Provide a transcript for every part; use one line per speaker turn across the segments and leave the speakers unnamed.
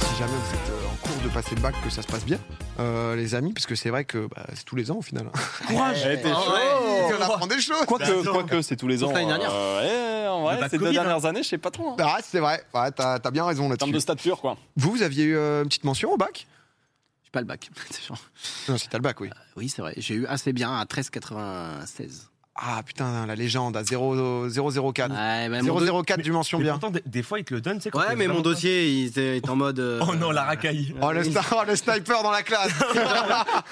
euh, passer le bac, que ça se passe bien, euh, les amis, parce que c'est vrai que bah, c'est tous les ans au final.
Courage
Eh, t'es
Ah
chaud.
ouais, Bah, on apprend des choses.
Quoique,
Bah, Attends.
quoique, c'est tous les
Sauf
ans.
l'année dernière.
euh, eh, en
Le
vrai,
bac
ces deux
Covid, hein.
dernières années, je sais pas trop. hein.
Ah, c'est vrai, ouais, t'as t'as bien raison
En termes de
là-dessus.
stade pur, quoi.
Vous, vous aviez eu euh, une petite mention au bac
J'ai pas le bac. C'est genre-
Non, si t'as le bac, oui.
oui, c'est vrai. J'ai eu assez bien à 13,96.
Ah putain, la légende à 0, 004.
Ouais, mais mon do-
004 du mention
Mais
bien.
pourtant, des, des fois, ils te le donnent, tu sais. quand
Ouais,
t'es
mais mon
vraiment-
dossier, il était, il était en mode. euh,
Oh non, la racaille.
Oh le, star- oh, le sniper dans la classe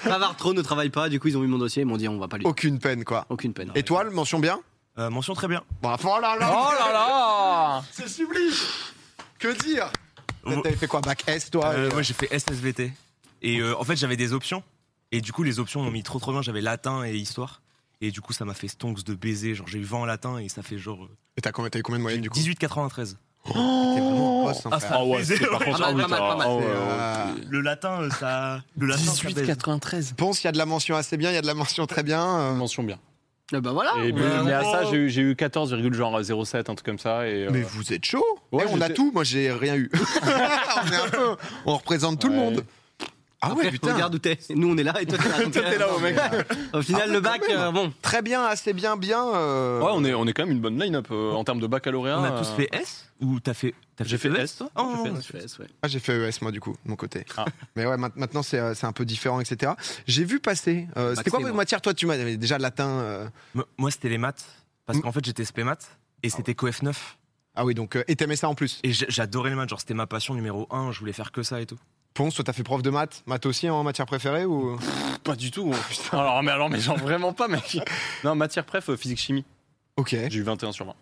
Bavard trop ne travaille pas, du coup, ils ont eu mon dossier, ils m'ont dit, on va pas lui.
Aucune peine, quoi.
Aucune peine.
Étoile, mention bien
Euh, mention très bien.
Bon, Oh là là
Oh là là
C'est sublime Que dire
Vous-
T'avais fait quoi Bac S, toi
Euh,
et-
moi, j'ai fait SSVT. Et euh, en fait, j'avais des options. Et du coup, les options m'ont mis trop trop bien. J'avais latin et histoire. Et du coup, ça m'a fait stonks de baiser. Genre, j'ai eu 20 en latin et ça fait genre euh,
Et t'as combien, t'as eu combien de moyenne, du coup
18,93.
T'es vraiment boss, hein,
Ah,
frère.
Ah ouais, c'est par
Pas
contre,
mal,
ah oui,
Oh, pas mal,
t'as-
pas mal.
ah ouais,
C'est,
ouais,
euh,
ouais.
Le latin, euh, ça. Le latin, ça baise.
18,93.
Je pense qu'il y a de la mention assez bien, il y a de la mention très bien. euh,
Mention bien.
Ah bah voilà.
Et
on-
mais,
ouais.
mais à ça, j'ai eu, j'ai eu 14,07, un truc comme ça. Et, euh,
Mais vous êtes chaud
Ouais,
Eh, On a
j'étais-
tout, moi j'ai rien eu. on est un peu... On représente tout le
Ouais.
monde. Ah ouais,
Après,
putain
Regarde où t'es. Nous, on est là et toi, t'es là.
Toi, t'es là, au mec.
Au final,
Ah,
le
quand
bac,
même.
euh, bon.
Très bien, assez bien, bien. euh,
Ouais, on est, on est quand même une bonne line-up euh, en termes de baccalauréat.
On a tous
euh,
fait S Ou t'as fait. t'as
J'ai fait S, toi
Ah,
J'ai
non,
fait
non,
S.
non.
Ah, j'ai fait ES, moi, du coup, de mon côté.
Ah.
Mais ouais, ma- maintenant, c'est euh, c'est un peu différent, etc. J'ai vu passer. euh, C'était
Bac,
quoi
c'est
votre
bon.
matière Toi, tu m'as déjà latin. euh,
Moi- Moi, c'était les maths. Parce
Mm.
qu'en fait, j'étais spé maths. Et c'était CoF 9.
Ah oui, donc, euh, et t'aimais ça en plus.
Et j'a- j'adorais les maths. Genre, c'était ma passion numéro 1. Je voulais faire que ça et tout.
Ponce, toi, t'as fait prof de maths Maths aussi en matière préférée ou
Pas du tout. oh, putain. Alors, mais alors, mais genre vraiment pas, mec. Non, matière préf, euh, physique-chimie.
Ok.
J'ai eu 21 sur 20.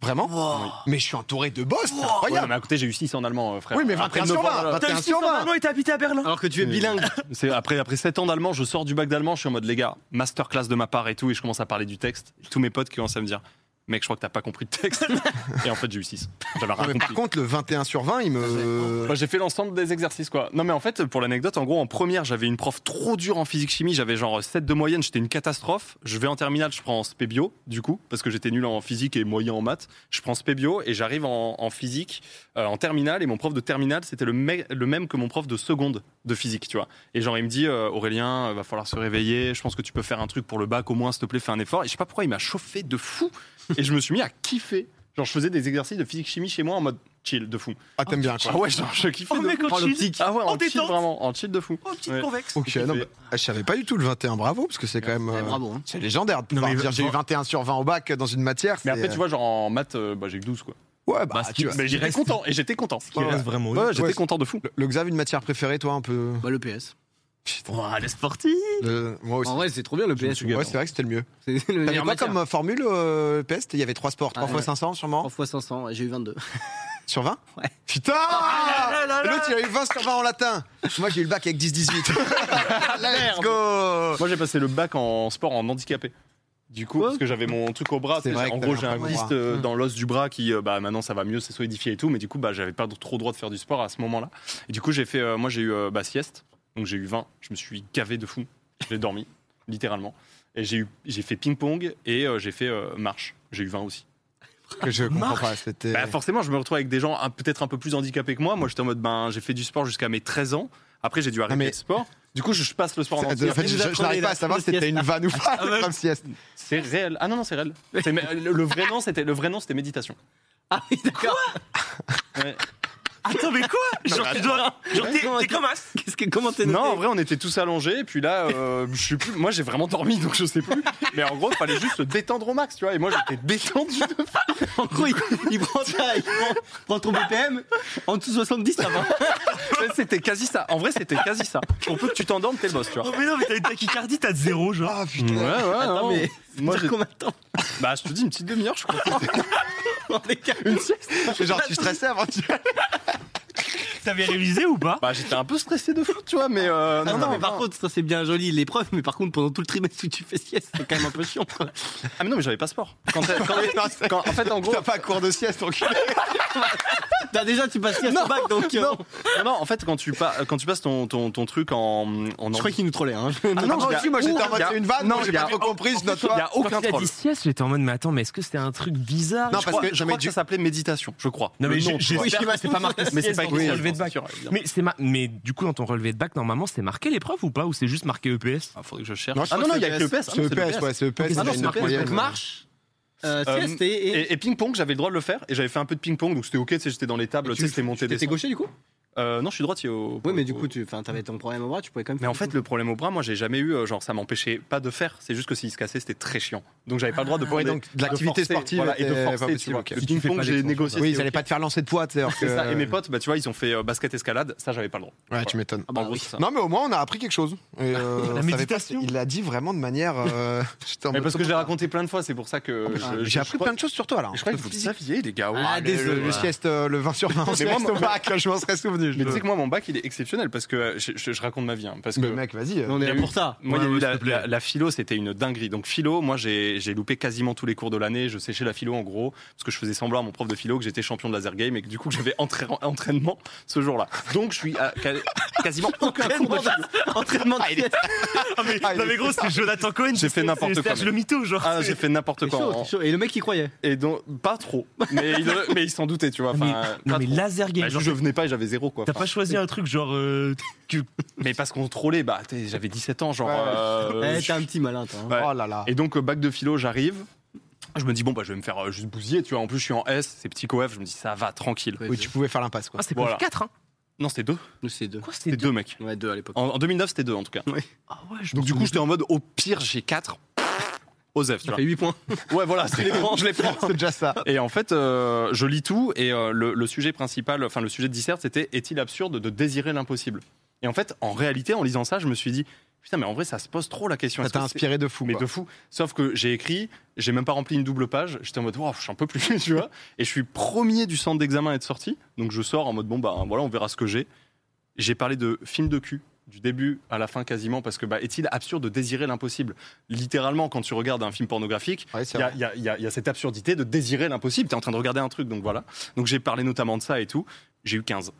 Vraiment
Oui.
Mais je suis entouré de boss, c'est
Ouais,
incroyable
mais à côté, j'ai eu 6 en allemand, euh, frère.
Oui, mais
Après
21
neuf
sur
ans,
20,
voilà.
21 sur 20
il t'a habité à Berlin.
Alors que tu es
Mais-
bilingue.
C'est après, après 7 ans d'allemand, je sors du bac d'allemand, je suis en mode les gars, masterclass de ma part et tout, et je commence à parler du texte. Tous mes potes qui commencent à me dire, mec, je crois que t'as pas compris le texte. et en fait, j'ai eu 6. J'avais
Non,
rien
Ah, mais
compris.
Par contre, le 21 sur 20, il me.
Bah, j'ai fait l'ensemble des exercices quoi. Non mais en fait pour l'anecdote en gros en première j'avais une prof trop dure en physique chimie, j'avais genre 7 de moyenne, j'étais une catastrophe. Je vais en terminale, je prends spé bio du coup parce que j'étais nul en physique et moyen en maths. Je prends spé bio et j'arrive en, en physique euh, en terminale et mon prof de terminale c'était le, me- le même que mon prof de seconde de physique tu vois. Et genre il me dit euh, Aurélien euh, va falloir se réveiller, je pense que tu peux faire un truc pour le bac au moins s'il te plaît fais un effort. Et je sais pas pourquoi il m'a chauffé de fou et je me suis mis à kiffer. Genre je faisais des exercices de physique chimie chez moi en mode chill de fou.
Ah, t'aimes bien, quoi.
Ah ouais, genre, je kiffe.
Oh, mec, en chill.
Ah ouais,
En
en chill
détente.
vraiment, en chill de fou.
Oh, petite
Ouais.
convexe.
Ok, non, mais, ah, je savais pas du tout le 21, bravo, parce que c'est quand même.
Eh,
euh,
bravo. hein.
C'est légendaire de
Non,
pouvoir
mais-
dire j'ai eu 21 sur 20 au bac dans une matière.
Mais
c'est-
après, tu vois, genre en maths, euh, bah, j'ai eu 12 quoi.
Ouais, bah,
Bah, ce
tu
qui-
vois.
Mais
qui
j'étais
reste-
content et j'étais content.
Qui reste vraiment
Ouais, j'étais
Ouais,
content de fou.
Le- Le Xav, une matière préférée, toi, un peu
Bah, le PS.
les sportifs
Le- Moi aussi.
En vrai, c'est trop bien le PS.
Ouais, c'est vrai que c'était le mieux.
C'est le
T'avais
meilleur
quoi
matière.
comme euh, formule euh, PS Il y avait trois sports, 3
Ah,
fois
ouais.
500 sûrement
3 fois 500, ouais, j'ai eu 22.
Sur 20
Ouais.
Putain
Ah
L'autre il a eu 20 sur 20 en latin Moi j'ai eu le bac avec 10-18 Let's go
Moi, j'ai passé le bac en sport en handicapé. Du coup, parce que j'avais mon truc au bras,
C'est
tu sais,
vrai
en
que
gros
t'avais
j'ai
un
un
problème au
kyste euh, dans l'os du bras qui, euh, bah maintenant ça va mieux, c'est solidifié et tout, mais du coup bah j'avais pas trop le droit de faire du sport à ce moment-là. Et du coup j'ai fait, euh, moi j'ai eu euh, bah, sieste, donc j'ai eu 20, je me suis gavé de fou, j'ai dormi littéralement, et j'ai eu, j'ai fait ping pong et euh, j'ai fait euh, marche, j'ai eu 20 aussi.
Que je comprends pas, c'était.
Bah, forcément, je me retrouve avec des gens un- peut-être un peu plus handicapés que moi. Moi, j'étais en mode, ben, j'ai fait du sport jusqu'à mes 13 ans. Après, j'ai dû arrêter
mais-
le sport. Du coup, je, je passe le sport en
En
entier.
fait, je- je je n'arrive pas à savoir si c'était une vanne ou pas,
ouais.
comme sieste.
C'est réel. Ah non, non, c'est réel. C'est- mais le, le vrai nom, c'était le vrai nom, c'était méditation.
Ah oui, d'accord.
Ouais.
Attends, mais quoi Genre, tu dois. Genre, t'es-
Comment-
t'es comme As
Qu'est-ce que, comment t'es
Non, en
noté
vrai, on était tous allongés. Et puis là, euh, je suis plus. Moi, j'ai vraiment dormi, donc je sais plus. Mais en gros, fallait juste se détendre au max, tu vois. Et moi, j'étais détendu. de-
En gros, il, il prend ça, il prend, prend ton BPM en dessous de 70, ça va.
C'était quasi ça. En vrai, c'était quasi ça. Pour peu que tu t'endormes, t'es le boss, tu vois.
Oh, mais non, mais t'as une tachycardie, t'as de zéro, genre.
Ah
Ouais, ouais.
putain
non.
Attends, mais.
Moi,
Dire
j'ai-
combien de temps
bah, je te dis une petite demi-heure, je crois.
dans les cas
C'est Genre, tu stressais avant tu-
T'avais révisé ou pas
Bah, j'étais un peu stressé de fou, tu vois, mais euh,
Ah, Non,
non,
mais par contre, ça c'est bien joli l'épreuve, mais par contre, pendant tout le trimestre où tu fais sieste, c'est quand même un peu chiant. quoi.
Ah, mais non, mais j'avais pas sport. Quand, t'as- quand-
Non, c'est-
quand- en fait, en gros,
T'as pas cours de sieste, donc.
Bah, déjà, tu passes sieste
Non,
au bac, donc. euh,
non, non, en fait, quand tu, pas- quand tu passes ton, ton, ton truc en, en
Je crois qu'il nous trollait. Hein.
Ah
Non,
non,
moi
y a-
aussi, moi j'étais en mode
y a-
c'est une vanne,
non,
non, j'ai
y a-
pas trop compris, je note
il n'y
pas.
a aucun
Quand il a
troll.
dit sieste, j'étais en mode, mais attends, mais est-ce que c'était un truc bizarre
Non,
Je
parce
crois,
que-
je
non, mais
crois que
du-
ça s'appelait méditation, je crois.
Non, mais
Le
j'ai-
nom, tu
j'ai-
vois.
oui,
c'est pas marqué
mais c'est pas
Ils ont
écrit.
relevé
je c'est
bac.
sûr, évidemment.
Mais, c'est ma- mais du coup, dans ton relevé de bac, normalement, c'est marqué l'épreuve ou pas Ou c'est juste marqué E EPS
Ah, faudrait que je cherche.
Non, je
ah
crois
non, non,
que
il y a que le PS. Ah non,
C'est EPS, ouais, c'est EPS.
Ah non, c'est
le
EPS,
moyen,
Donc
ouais.
marche, euh,
Euh,
sieste et. et-
Et, et ping-pong, j'avais le droit de le faire et j'avais fait un peu de ping-pong donc c'était ok, tu sais, j'étais dans les tables,
et
tu sais, c'était monté
T'étais
des.
gaucher du coup
Euh, non, je suis droitier au.
Oui, mais du coup, tu enfin, t'avais ton problème au bras, tu pouvais quand même.
Mais en fait, le problème au bras, moi j'ai jamais eu, euh, genre ça m'empêchait pas de faire, c'est juste que s'il se cassait, c'était très chiant. Donc j'avais pas le droit de.
Ouais, donc, de l'activité
forcer,
sportive
voilà, et de
était pas
forcer, tu
possible,
vois.
ok.
Le
Si
tu fais
ping-pong,
pas
j'ai
d'extension,
négocié.
Oui,
c'était
ils allaient
ok.
pas te faire lancer de poids, tu sais. alors que-
C'est ça. Et mes potes, bah, tu vois, ils ont fait euh, basket escalade, ça j'avais pas le droit.
Ouais, tu m'étonnes.
Ah bah
en gros,
oui.
c'est ça.
Non, mais au moins, on a appris quelque chose. Et, euh, on savait pas-
méditation.
Il l'a dit vraiment de manière. euh, j'étais en
Mais
mode-
parce que je l'ai raconté plein de fois, c'est pour ça que. je-
J'ai
je-
appris plein de choses sur toi, là.
Je crois que vous le saviez, les gars.
Ah,
Ouah, les-
Le,
désolé.
le sieste, euh, le 20 sur 20,
Mais moi,
sieste au
moi-
bac, je m'en serais souvenu. je-
Mais tu sais que moi, mon bac, il est exceptionnel parce que euh, je, je- je raconte ma vie. hein, parce que
Mais mec, vas-y. euh,
on
il
est
y
là
a
pour ça.
Moi, il y a
Ouais,
eu
ouais,
la,
s'il te plaît.
la- la philo, c'était une dinguerie. Donc philo, moi, j'ai j'ai loupé quasiment tous les cours de l'année. Je séchais la philo en gros parce que je faisais semblant à mon prof de philo que j'étais champion de laser game et que du coup que j'avais entra- entraînement ce jour-là. Donc je suis à ca- quasiment aucun Ah, cours de
Entraînement
philo.
d'a- Entraînement de sieste.
Ah, mais,
Ah, il
non,
est-
mais gros, c'est Jonathan Cohen.
J'ai fait n'importe quoi,
Je le mytho, genre.
Ah, j'ai fait n'importe
T'es
quoi.
chaud,
en-
t'es chaud. Et le mec, il croyait.
Et donc pas trop. Mais il, mais il s'en doutait, tu vois.
mais,
Enfin,
non,
pas
mais
trop.
laser
Bah,
game. genre,
je venais pas et j'avais zéro quoi.
T'as
Enfin,
pas choisi un truc genre. euh, que-
mais parce qu'on trollait, bah t'sais, j'avais 17 ans, genre.
Ouais, ouais.
euh,
Eh, t'es un petit malin, toi. hein.
Ouais.
Oh là là.
Et donc, euh, bac de philo, j'arrive. Je me dis, bon, bah, je vais me faire euh, juste bousiller, tu vois. En plus, je suis en S, c'est petit coef. Je me dis, ça va, tranquille.
Ouais,
Oui, tu pouvais faire l'impasse, quoi.
Ah, c'est
Voilà.
quoi 4 hein
Non, c'était deux.
Nous, c'est deux.
Quoi, c'est
C'était
deux
deux, mec.
Ouais, deux à l'époque.
En, en 2009, c'était deux, en tout cas.
Ah ouais, je
Donc, du coup, j'étais en mode, au pire, j'ai quatre. Osef, tu
Ça fait 8 points.
vois. Ouais, voilà, c'est les grands, je les prends.
C'est déjà ça.
Et en fait, euh, je lis tout, et euh, le, le sujet principal, enfin, le sujet de dissert, c'était Est-il absurde de désirer l'impossible Et en fait, en réalité, en lisant ça, je me suis dit, putain, mais en vrai, ça se pose trop la question.
Ça
Est-ce que
t'a
c'est-
inspiré de fou.
mais
quoi.
de fou. Sauf que j'ai écrit, j'ai même pas rempli une double page. J'étais en mode, Waouh, je suis un peu plus, tu vois. Et je suis premier du centre d'examen à être sorti. Donc je sors en mode, bon, bah voilà, on verra ce que j'ai. J'ai parlé de film de cul, du début à la fin quasiment, parce que bah, est-il absurde de désirer l'impossible Littéralement, quand tu regardes un film pornographique,
Ouais, c'est
il y, a-
vrai.
il y a- il y a- il y a cette absurdité de désirer l'impossible. T'es en train de regarder un truc, donc voilà. Donc j'ai parlé notamment de ça et tout. J'ai eu 15.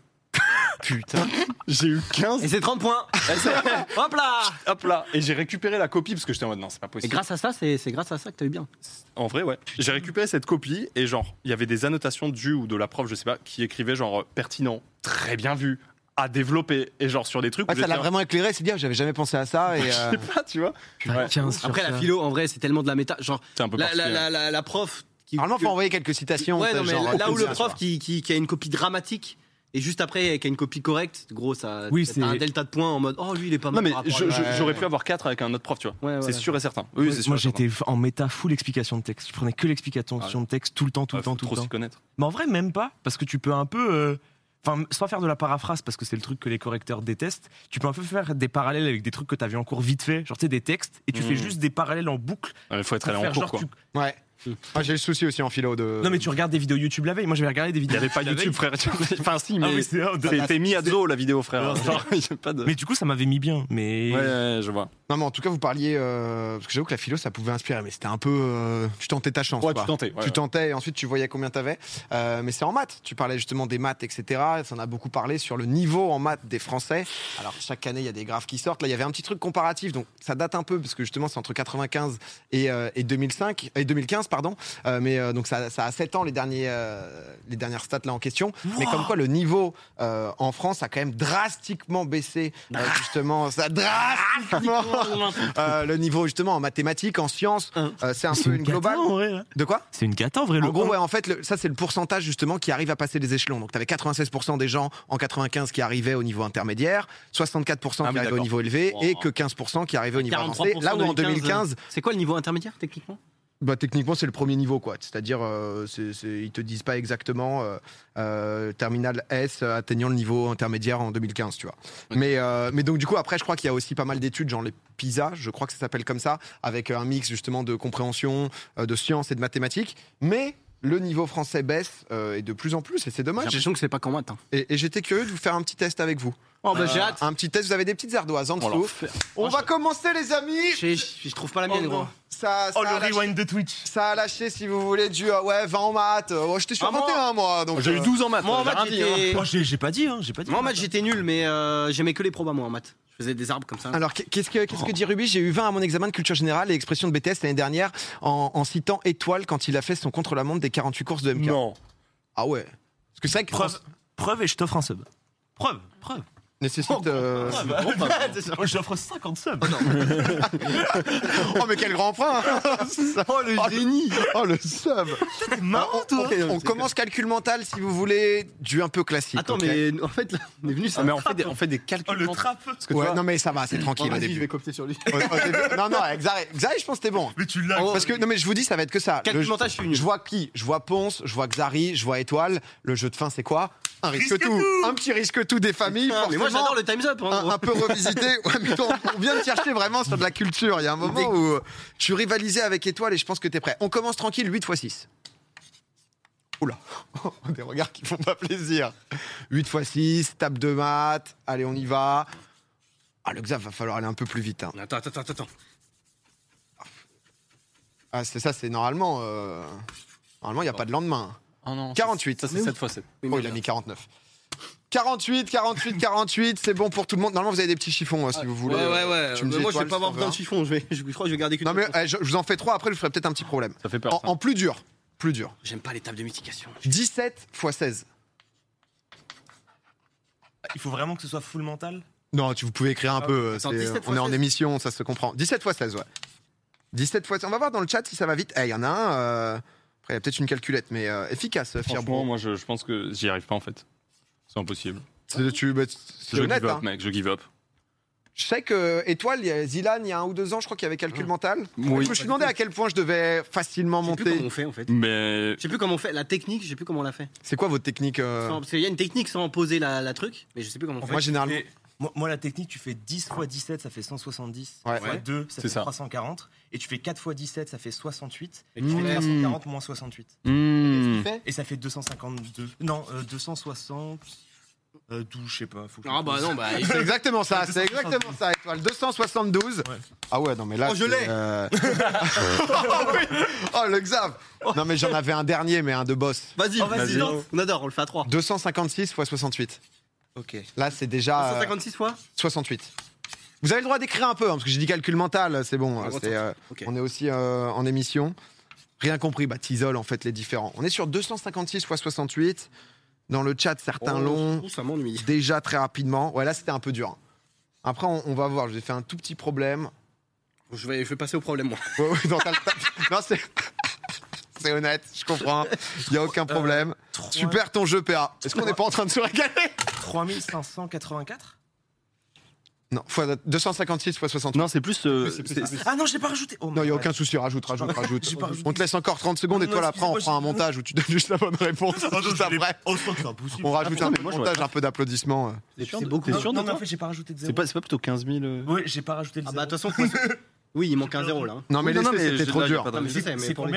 Putain.
J'ai eu 15.
Et c'est 30 points. Hop là
Hop là Et j'ai récupéré la copie parce que j'étais en mode non, c'est pas
Et
possible.
grâce à ça, c'est c'est grâce à ça que t'as eu bien.
En vrai, ouais. J'ai récupéré cette copie et genre, il y avait des annotations du ou de la prof, je sais pas, qui écrivait genre euh, pertinent, très bien vu, à développer et genre sur des trucs.
Ouais,
où
Ah, ça
j'étais
l'a
un-
vraiment éclairé. C'est bien, j'avais jamais pensé à ça. Et, euh,
Je sais pas, tu vois. Ouais.
Après, la philo, en vrai, c'est tellement de la méta. Genre,
C'est un peu
la,
parti,
la,
hein.
la, la, la prof. Qui,
Normalement,
que-
faut envoyer quelques citations.
Ouais,
t'as
non, mais
genre, euh,
là, là où
comme
le
ça,
prof
tu
qui, qui, qui a une copie dramatique et juste après qui a une copie correcte, gros, ça.
Oui,
t'as
c'est-
un delta de points en mode oh, lui, il est pas
Non
mal.
mais
par rapport à
je-
lui.
je-
Ouais.
j'aurais pu avoir 4 avec un autre prof, tu vois.
Ouais,
C'est
voilà.
sûr et certain. Oui, c'est sûr.
Moi
et certain.
j'étais en méta full explication de texte. Je prenais que l'explication
Ah ouais.
de texte tout le temps, tout
Ah,
le temps,
faut
tout
trop
le temps.
s'y connaître.
Mais en vrai, même pas, parce que tu peux un peu. euh, Enfin, soit faire de la paraphrase, parce que c'est le truc que les correcteurs détestent, tu peux un peu faire des parallèles avec des trucs que t'as vu en cours vite fait, genre tu sais, des textes, et tu
Mhm.
fais juste des parallèles en boucle.
Il faut être
pour
allé en
faire
cours,
genre,
quoi.
tu-
vois. Ouais. Moi, j'ai le souci aussi en philo de.
Non, mais tu regardes des vidéos YouTube la veille. Moi, j'avais regardé des
Il n'y
vidéos.
avait pas
la veille.
YouTube, frère. Enfin, si,
Ah oui,
mais
c'est-
c'est- t'es mis à dos la vidéo, frère. Genre, il y a pas de.
Mais du coup, ça m'avait mis bien, mais.
Ouais, ouais, je vois.
Non, mais en tout cas, vous parliez. euh, Parce que j'avoue que la philo, ça pouvait inspirer, mais c'était un peu. euh, Tu tentais ta chance.
Ouais,
quoi.
tu tentais. ouais,
Tu tentais et ensuite tu voyais combien t'avais. Euh, mais c'est en maths. Tu parlais justement des maths, etc. Ça en a beaucoup parlé sur le niveau en maths des Français. Alors chaque année, il y a des graphes qui sortent. Là, il y avait un petit truc comparatif. Donc ça date un peu parce que justement, c'est entre 95 et, euh, et 2005 et 2015, pardon. Euh, mais euh, donc ça, ça a 7 ans les derniers, euh, les dernières stats là en question. Mais comme quoi, le niveau euh, en France a quand même drastiquement baissé. euh, justement, ça drastiquement. Euh, le niveau justement en mathématiques, en sciences,
Hein.
euh, c'est un
C'est
peu
une
une
cata,
globale.
en vrai, là.
De quoi
C'est une cata en vrai.
en gros, ouais, en fait, le- ça, c'est le pourcentage justement qui arrive à passer les échelons. Donc, tu avais 96% des gens en 95 qui arrivaient au niveau intermédiaire, 64%
Ah
qui
oui,
arrivaient au
d'accord.
niveau élevé
Oh.
et que 15% qui arrivaient au niveau avancé.
43%
Là où en
2015,
2015,
euh, C'est quoi le niveau intermédiaire techniquement
bah, techniquement, c'est le premier niveau, quoi. C'est-à-dire, euh, c'est- c'est- ils te disent pas exactement euh, euh, terminal S euh, atteignant le niveau intermédiaire en 2015, tu vois. Mais, euh, mais donc, du coup, après, je crois qu'il y a aussi pas mal d'études, genre les PISA, je crois que ça s'appelle comme ça, avec un mix justement de compréhension, euh, de sciences et de mathématiques. Mais le niveau français baisse euh, et de plus en plus, et c'est
J'ai
dommage.
l'impression que c'est pas qu'en maths. hein.
Et, et j'étais curieux de vous faire un petit test avec vous.
Oh bah j'ai hâte.
Un petit test, vous avez des petites ardoises en
On
dessous. On, va commencer, les amis
J'ai- Je je trouve pas la mienne,
Oh,
gros.
non. Ça, ça
Oh,
a
le
lâché.
rewind de Twitch.
Ça a lâché, si vous voulez, du euh, ouais, 20 en maths. Euh, ouais, J'étais sur
Ah, moi-
21, moi. donc,
J'ai eu
euh,
12 en maths.
Moi en
j'ai
maths,
rien dit, hein.
j'étais.
Moi, j'ai j'ai pas dit, hein. J'ai pas dit.
Moi en maths, j'étais nul, mais euh, j'aimais que les probas, moi en maths. Je faisais des arbres comme ça.
Alors, qu'est- qu'est-ce que, qu'est-ce que dit Ruby J'ai eu 20 à mon examen de culture générale et expression de BTS l'année dernière en, en citant Étoile quand il a fait son contre-la-montre des 48 courses de MK.
Non.
Ah ouais. Parce que c'est vrai que.
Preuve. Preuve et je t'offre un sub. Preuve, preuve.
Nécessite. euh,
Oh, Ah,
preuve.
bah,
Je l'offre 50 subs.
Oh, mais quel grand emprunt Oh, le génie Oh, le sub
Marrant,
On,
toi
on commence calcul mental, si vous voulez, du un peu classique.
Attends,
ok
mais en fait, là, on est venu, ça.
Ah, mais on fait des, on fait des calculs.
Oh, le
mentaux.
trap.
Parce que tu
Ouais,
vois,
non, mais ça va, c'est tranquille au
Oh, Vas-y, Ah, je
début.
vais copter sur lui.
Au- au début- Non, non, avec Xari, Xari, je pense que t'es bon.
Mais tu l'as.
Parce que, non, mais je vous dis, ça va être que ça.
Calcul
Le-
mental, Oh. je suis nul.
Je vois qui Je vois Ponce, je vois Xari, je vois Étoile. Le jeu de fin, c'est quoi Un risque,
Risque
tout. Un petit risque tout des familles.
Ah, mais moi,
forcément.
j'adore le Time's Up. hein,
un,
gros.
un peu revisité. Ouais, mais toi, on- on vient de chercher vraiment sur de la culture. Il y a un moment où euh, tu rivalisais avec Étoile et je pense que t'es prêt. On commence tranquille, 8 x 6. Oula, des regards qui font pas plaisir. 8 x 6, table de maths, allez, on y va. Ah, le Xav, va falloir aller un peu plus vite. hein.
Attends, attends, attends, attends.
Ah, c'est ça, c'est normalement. euh, Normalement, il n'y a pas de lendemain.
Oh
Ah non,
48.
Ça, c'est 7 fois 7.
Euh,
Oh, il a mis 49. 48, 48, 48, c'est bon pour tout le monde. Normalement, vous avez des petits chiffons, hein, si vous voulez.
Ouais, ouais, ouais.
Tu me
Mais
dis
moi, je vais
étoile,
pas avoir
si t'en veux
plein de
un.
chiffons. Je, vais, je crois que je vais garder qu'une.
Non mais euh, je, je vous en fais trois, après je vous ferai peut-être un petit problème.
Ça fait peur.
En,
ça.
en plus dur, plus dur.
J'aime pas les tables de mitigation.
17 x 16.
Il faut vraiment que ce soit full mental.
Non, tu, vous pouvez écrire un
Ah,
peu. euh,
attends,
c'est-
17
on est
fois
en
16.
émission, ça se comprend. 17 x 16, ouais. 17 x 16. On va voir dans le chat si ça va vite. Eh, Il y en a un. euh, Après, il y a peut-être une calculette, mais euh, efficace,
Franchement,
Fierbo.
moi, je, je pense que j'y arrive pas en fait. C'est impossible.
C'est tu- bah, c'est
Je
honnête.
give up,
hein.
mec. Je give up.
Je sais que Étoile, il y a Zilan, il y a un ou deux ans, je crois qu'il y avait calcul mental.
Ah. Oui.
Je me suis demandé à quel point je devais facilement
Je sais plus comment
monter.
on fait en fait.
Mais
Je sais plus comment on fait. La technique, je sais plus comment on l'a fait.
C'est quoi votre technique euh,
Sans- Parce qu'il y a une technique sans poser la, la truc, mais je sais plus comment on fait.
Moi, généralement.
Et Moi, moi, la technique, tu fais 10 x 17, ça fait 170.
Ouais.
Fois
Ouais.
2, ça
C'est
fait
ça.
340. Et tu fais 4 x 17, ça fait 68. Et
Mmh.
tu fais
mm.
340 moins 68.
Hmm.
Et ça fait 252. Non, euh, 260. Euh, d'où, je sais pas. Faut que je
Ah bah
pose.
non, bah.
C'est exactement ça, c'est exactement ça, étoile 272.
Ouais.
Ah ouais, non mais là.
Oh, je
c'est,
l'ai.
euh, oh, oui. Oh, le Xav Non mais j'en avais un dernier, mais un de boss.
Vas-y,
Oh, vas-y,
vas-y.
lance.
On adore, on le fait à 3.
256 x 68.
Ok.
Là, c'est déjà. euh,
156 Ah, fois
68. Vous avez le droit d'écrire un peu, hein, parce que j'ai dit calcul mental, c'est bon.
Ah,
c'est, euh,
ok.
On est aussi euh, en émission. Rien compris, bah t'isoles en fait les différents. On est sur 256 x 68. Dans le chat, certains
Oh,
l'ont.
oh, Ça m'ennuie.
déjà très rapidement. Ouais, là, c'était un peu dur. hein. Après, on, on va voir. J'ai fait un tout petit problème. Oh,
Je vais, je vais passer au problème, moi.
Ouais, ouais, non, t'as le- t'as- non, c'est. c'est honnête, je comprends. Il n'y a aucun problème.
Euh,
Trois-
Super ton jeu, PA. Est-ce qu'on n'est pas en train de se régaler
3584
Non, fois 256 fois 68.
Non, c'est plus. euh, c'est-
Ah non, je l'ai pas rajouté. Oh,
Non, il n'y a
merde.
aucun souci. Rajoute, rajoute, rajoute.
J'ai pas rajouté.
On te laisse encore 30 secondes et
Non,
toi, là, après,
excusez-moi,
on fera un
j'ai-
montage où tu donnes juste la bonne réponse.
Ah non,
juste
je l'ai-
après.
Oh, ça, c'est impossible. Ah,
On rajoute
putain,
un
mais
peu de
moi, je
montage, un peu d'applaudissements. euh.
T'es sûr
T'es
de-
beaucoup,
t'es
hein.
sûr de
Non, mais en
toi
fait, j'ai pas rajouté de
C'est
zéro.
pas, c'est pas plutôt 15 000 euh,
Oui, j'ai pas rajouté de
Ah
zéro.
bah, de toute façon, faut- oui, il manque un 0 là. hein.
Non, mais
non, non,
laissez,
mais
c'était
j'ai-
trop
là, j'ai
dur.
pas de-
Non, mais je sais, mais
C'est
pour le-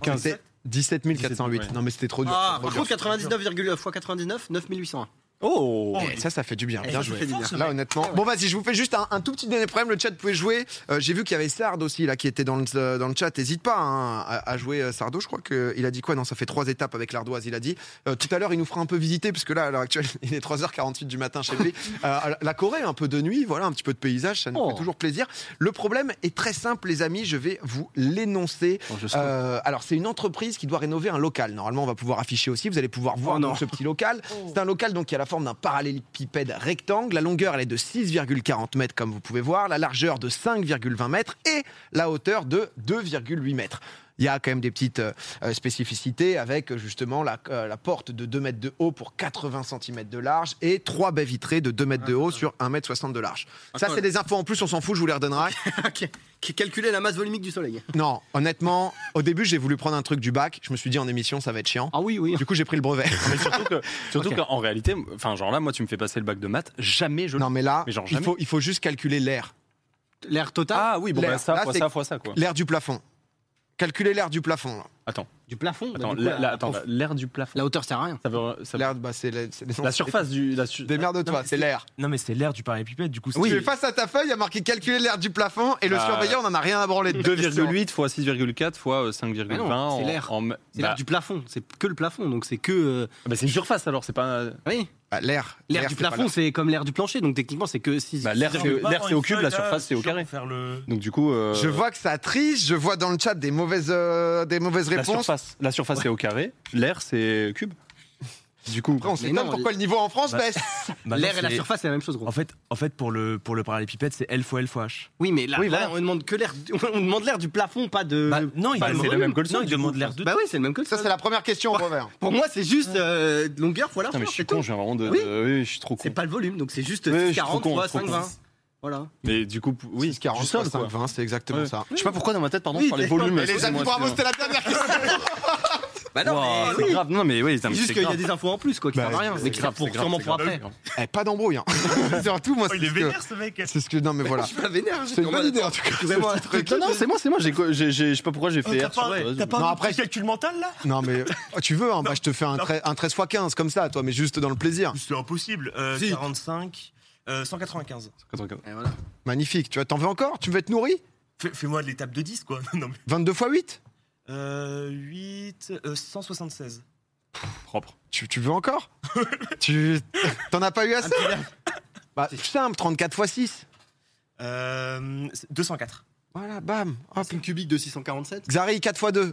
combien
C'était 17 408.
ouais.
Non, mais c'était trop dur.
Ah,
trop
par
dur.
contre, 99,99 x 99, 9801.
Oh
Et ça, ça fait du bien.
Eh,
Bien
ça
joué.
fait du bien.
Là, honnêtement. Bon, vas-y, je vous fais juste un, un tout petit dernier problème. Le chat pouvait jouer. Euh, J'ai vu qu'il y avait Sard aussi, là, qui était dans le, euh, dans le chat. N'hésite pas hein, à, à jouer euh, Sardo. Je crois qu'il a dit quoi Non, ça fait trois étapes avec l'ardoise, il a dit. Euh, tout à l'heure, il nous fera un peu visiter, parce que là, à l'heure actuelle, il est 3h48 du matin chez lui. Euh, la Corée, un peu de nuit, voilà, un petit peu de paysage, ça nous
Oh.
fait toujours plaisir. Le problème est très simple, les amis. Je vais vous l'énoncer.
Oh, je sens.
Euh, alors, c'est une entreprise qui doit rénover un local. Normalement, on va pouvoir afficher aussi. Vous allez pouvoir voir
Oh non. Oh.
donc ce petit local. C'est un local donc, qui a la forme d'un parallélépipède rectangle. La longueur, elle est de 6,40 mètres, comme vous pouvez voir. La largeur de 5,20 mètres et la hauteur de 2,8 mètres. Il y a quand même des petites euh, euh, spécificités avec euh, justement la, euh, la porte de 2 mètres de haut pour 80 cm de large et trois baies vitrées de 2 mètres
Ah,
de haut sur 1 mètre 60 de large. Ça,
Attends.
c'est des infos en plus, on s'en fout, je vous les redonnerai.
Ok. Qui calculait la masse volumique du soleil.
Non, honnêtement, au début, j'ai voulu prendre un truc du bac. Je me suis dit en émission, ça va être chiant.
Ah oui, oui.
Du coup, j'ai pris le brevet.
Mais surtout que- surtout qu'en réalité, enfin, genre là, moi, tu me fais passer le bac de maths, jamais je.
non, mais là,
Mais genre
il,
jamais.
faut, il faut juste calculer l'air.
L'air total
Ah oui, bon,
L'air.
bah, ça,
Là,
fois
c'est-
ça, fois ça, quoi.
L'air du plafond. Calculer l'air du plafond. là.
du plafond. bah,
Attends,
du coup,
la-
la-
la- attends,
la-
l'air du plafond.
la hauteur sert à rien.
Ça veut- ça-
L'air, bah, c'est les- c'est les-
La surface du. la su-
Démerde-toi, c'est l'air.
Non, mais c'est l'air du parallépipède, du coup. c'est-
Tu es face à ta feuille, il y a marqué calculer l'air du plafond et le
Bah,
surveillant, on en a rien à branler. de cette question.
2,8 fois 6,4 fois euh, 5,20
Mais non, c'est
en-
l'air.
en-
C'est
bah,
l'air du plafond, c'est que le plafond, donc c'est que. euh,
bah, c'est une surface alors, c'est pas.
Oui,
Bah, l'air.
l'air du
c'est pas
plafond, c'est comme l'air du plancher, donc techniquement c'est que 6.
Bah, l'air,
Non,
c'est
mais pas
l'air,
en
c'est au
une
cube,
seule,
la
là,
surface, c'est au
je vais
carré.
faire le-
Donc du coup. euh,
Je vois que ça triche, je vois dans le chat des mauvaises, euh, des mauvaises
La
réponses.
surface, la surface c'est au carré, l'air c'est cube. Du coup,
Après, on
non,
s'étonne pourquoi
l-
le niveau en France
Bah,
baisse.
Bah,
L'air
non,
et la
c'est-
surface, c'est la même chose, gros.
En fait, en fait pour, le, pour le parallépipède, c'est L fois L fois H.
Oui, mais là,
Oui,
là,
voilà.
on demande que l'air. On demande l'air du plafond, pas de.
Bah, non, il
bah,
demande-
c'est la même que le
non,
son,
il
du
demande
coup.
l'air de
Bah oui, c'est le même que le
Ça,
sol.
c'est la première question, Robert.
Pour moi, c'est juste euh, longueur fois
Putain,
largeur.
mais je suis
c'est tout.
con, j'ai vraiment de.
Oui.
de- oui, je suis trop con.
C'est pas le volume, donc c'est juste
Oui, je suis
40
trop con,
fois
trop
5,
con.
20. Voilà.
Mais du coup, p- oui, du
40,
sol, quoi.
20, c'est exactement
Ouais.
ça.
Je sais pas pourquoi dans ma tête, pardon,
Oui,
je parlais
mais-
volume.
mais
Les
excusez-moi,
amis, bravo,
excusez-moi.
c'était la dernière question.
Bah non,
Ouah,
mais
c'est
oui.
grave. Non, Ah mais oui,
C'est juste qu'il y a des infos en plus, quoi, qui
Bah,
servent à rien.
c'est
Mais qui
grave,
servent pour
c'est grave,
sûrement
c'est
pour
grave.
après.
Eh, pas d'embrouille. Hein. Surtout,
Oh,
moi, c'est ce que-
ce mec. Oh,
c'est ce que. Non, mais voilà.
Je suis pas vénère,
C'est une bonne idée, en tout cas.
Vraiment un truc.
Non, non, c'est moi, c'est moi. j'ai co- j'ai- j'ai- Je sais pas pourquoi
Euh,
j'ai fait R. sur- ouais, je-
pas un après- petit
calcul mental là
Non, mais oh, tu veux, hein, bah, je te fais un, trai- un 13 x 15 comme ça, toi, mais juste dans le plaisir.
Ah, C'est impossible. Euh,
Si.
45, euh, 195.
Et voilà.
Magnifique. Tu vois, t'en veux encore Tu veux être nourri
Fais- Fais-moi de l'étape de 10 quoi. Non, mais-
22 x 8
Euh, 8, euh, 176.
Propre.
tu, tu veux encore Tu T'en as pas eu assez
petit verre.
Bah, simple, 34 x 6.
Euh, 204.
Voilà, bam. Hop.
C'est une cubique de 647.
Xari 4 x 2.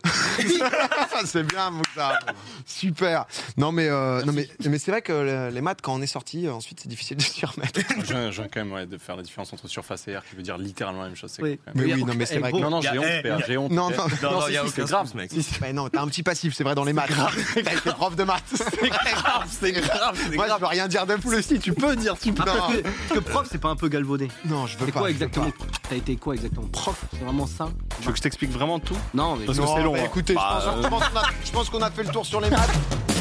c'est bien Moussa. Super. Non mais euh, non mais mais c'est vrai que le- les maths quand on est sorti euh, ensuite c'est difficile de s'y remettre.
J'ai j'ai quand même ouais, de faire la différence entre surface et R qui veut dire littéralement la même chose. c'est
Oui.
quand même-
Mais
Oui,
oui,
ok.
non mais c'est
Eh,
vrai. que-
bon.
Non, non,
Y
j'ai
a-
honte,
eh,
père,
y a-
j'ai honte.
Non, non,
Non,
non,
non,
si,
y a
si,
aucun
c'est grave.
souci, mec.
Si, si.
Mais Ben non, t'as un petit passif, c'est vrai dans les maths. T'as été prof de maths.
C'est grave, c'est grave, c'est
Moi, je veux rien dire de plus.
Si, tu peux dire, tu peux.
Non,
Parce que- parce que prof, c'est pas un peu galvaudé.
non, je veux
C'est
pas.
quoi
je veux
exactement
pas.
T'as été quoi exactement Prof C'est vraiment ça
Tu veux que je t'explique vraiment tout
Non, mais.
Parce que
Non,
c'est long,
bah,
hein.
écoutez, je
Bah,
pense-
euh.
je pense qu'on a- je pense qu'on a fait le tour sur les maths.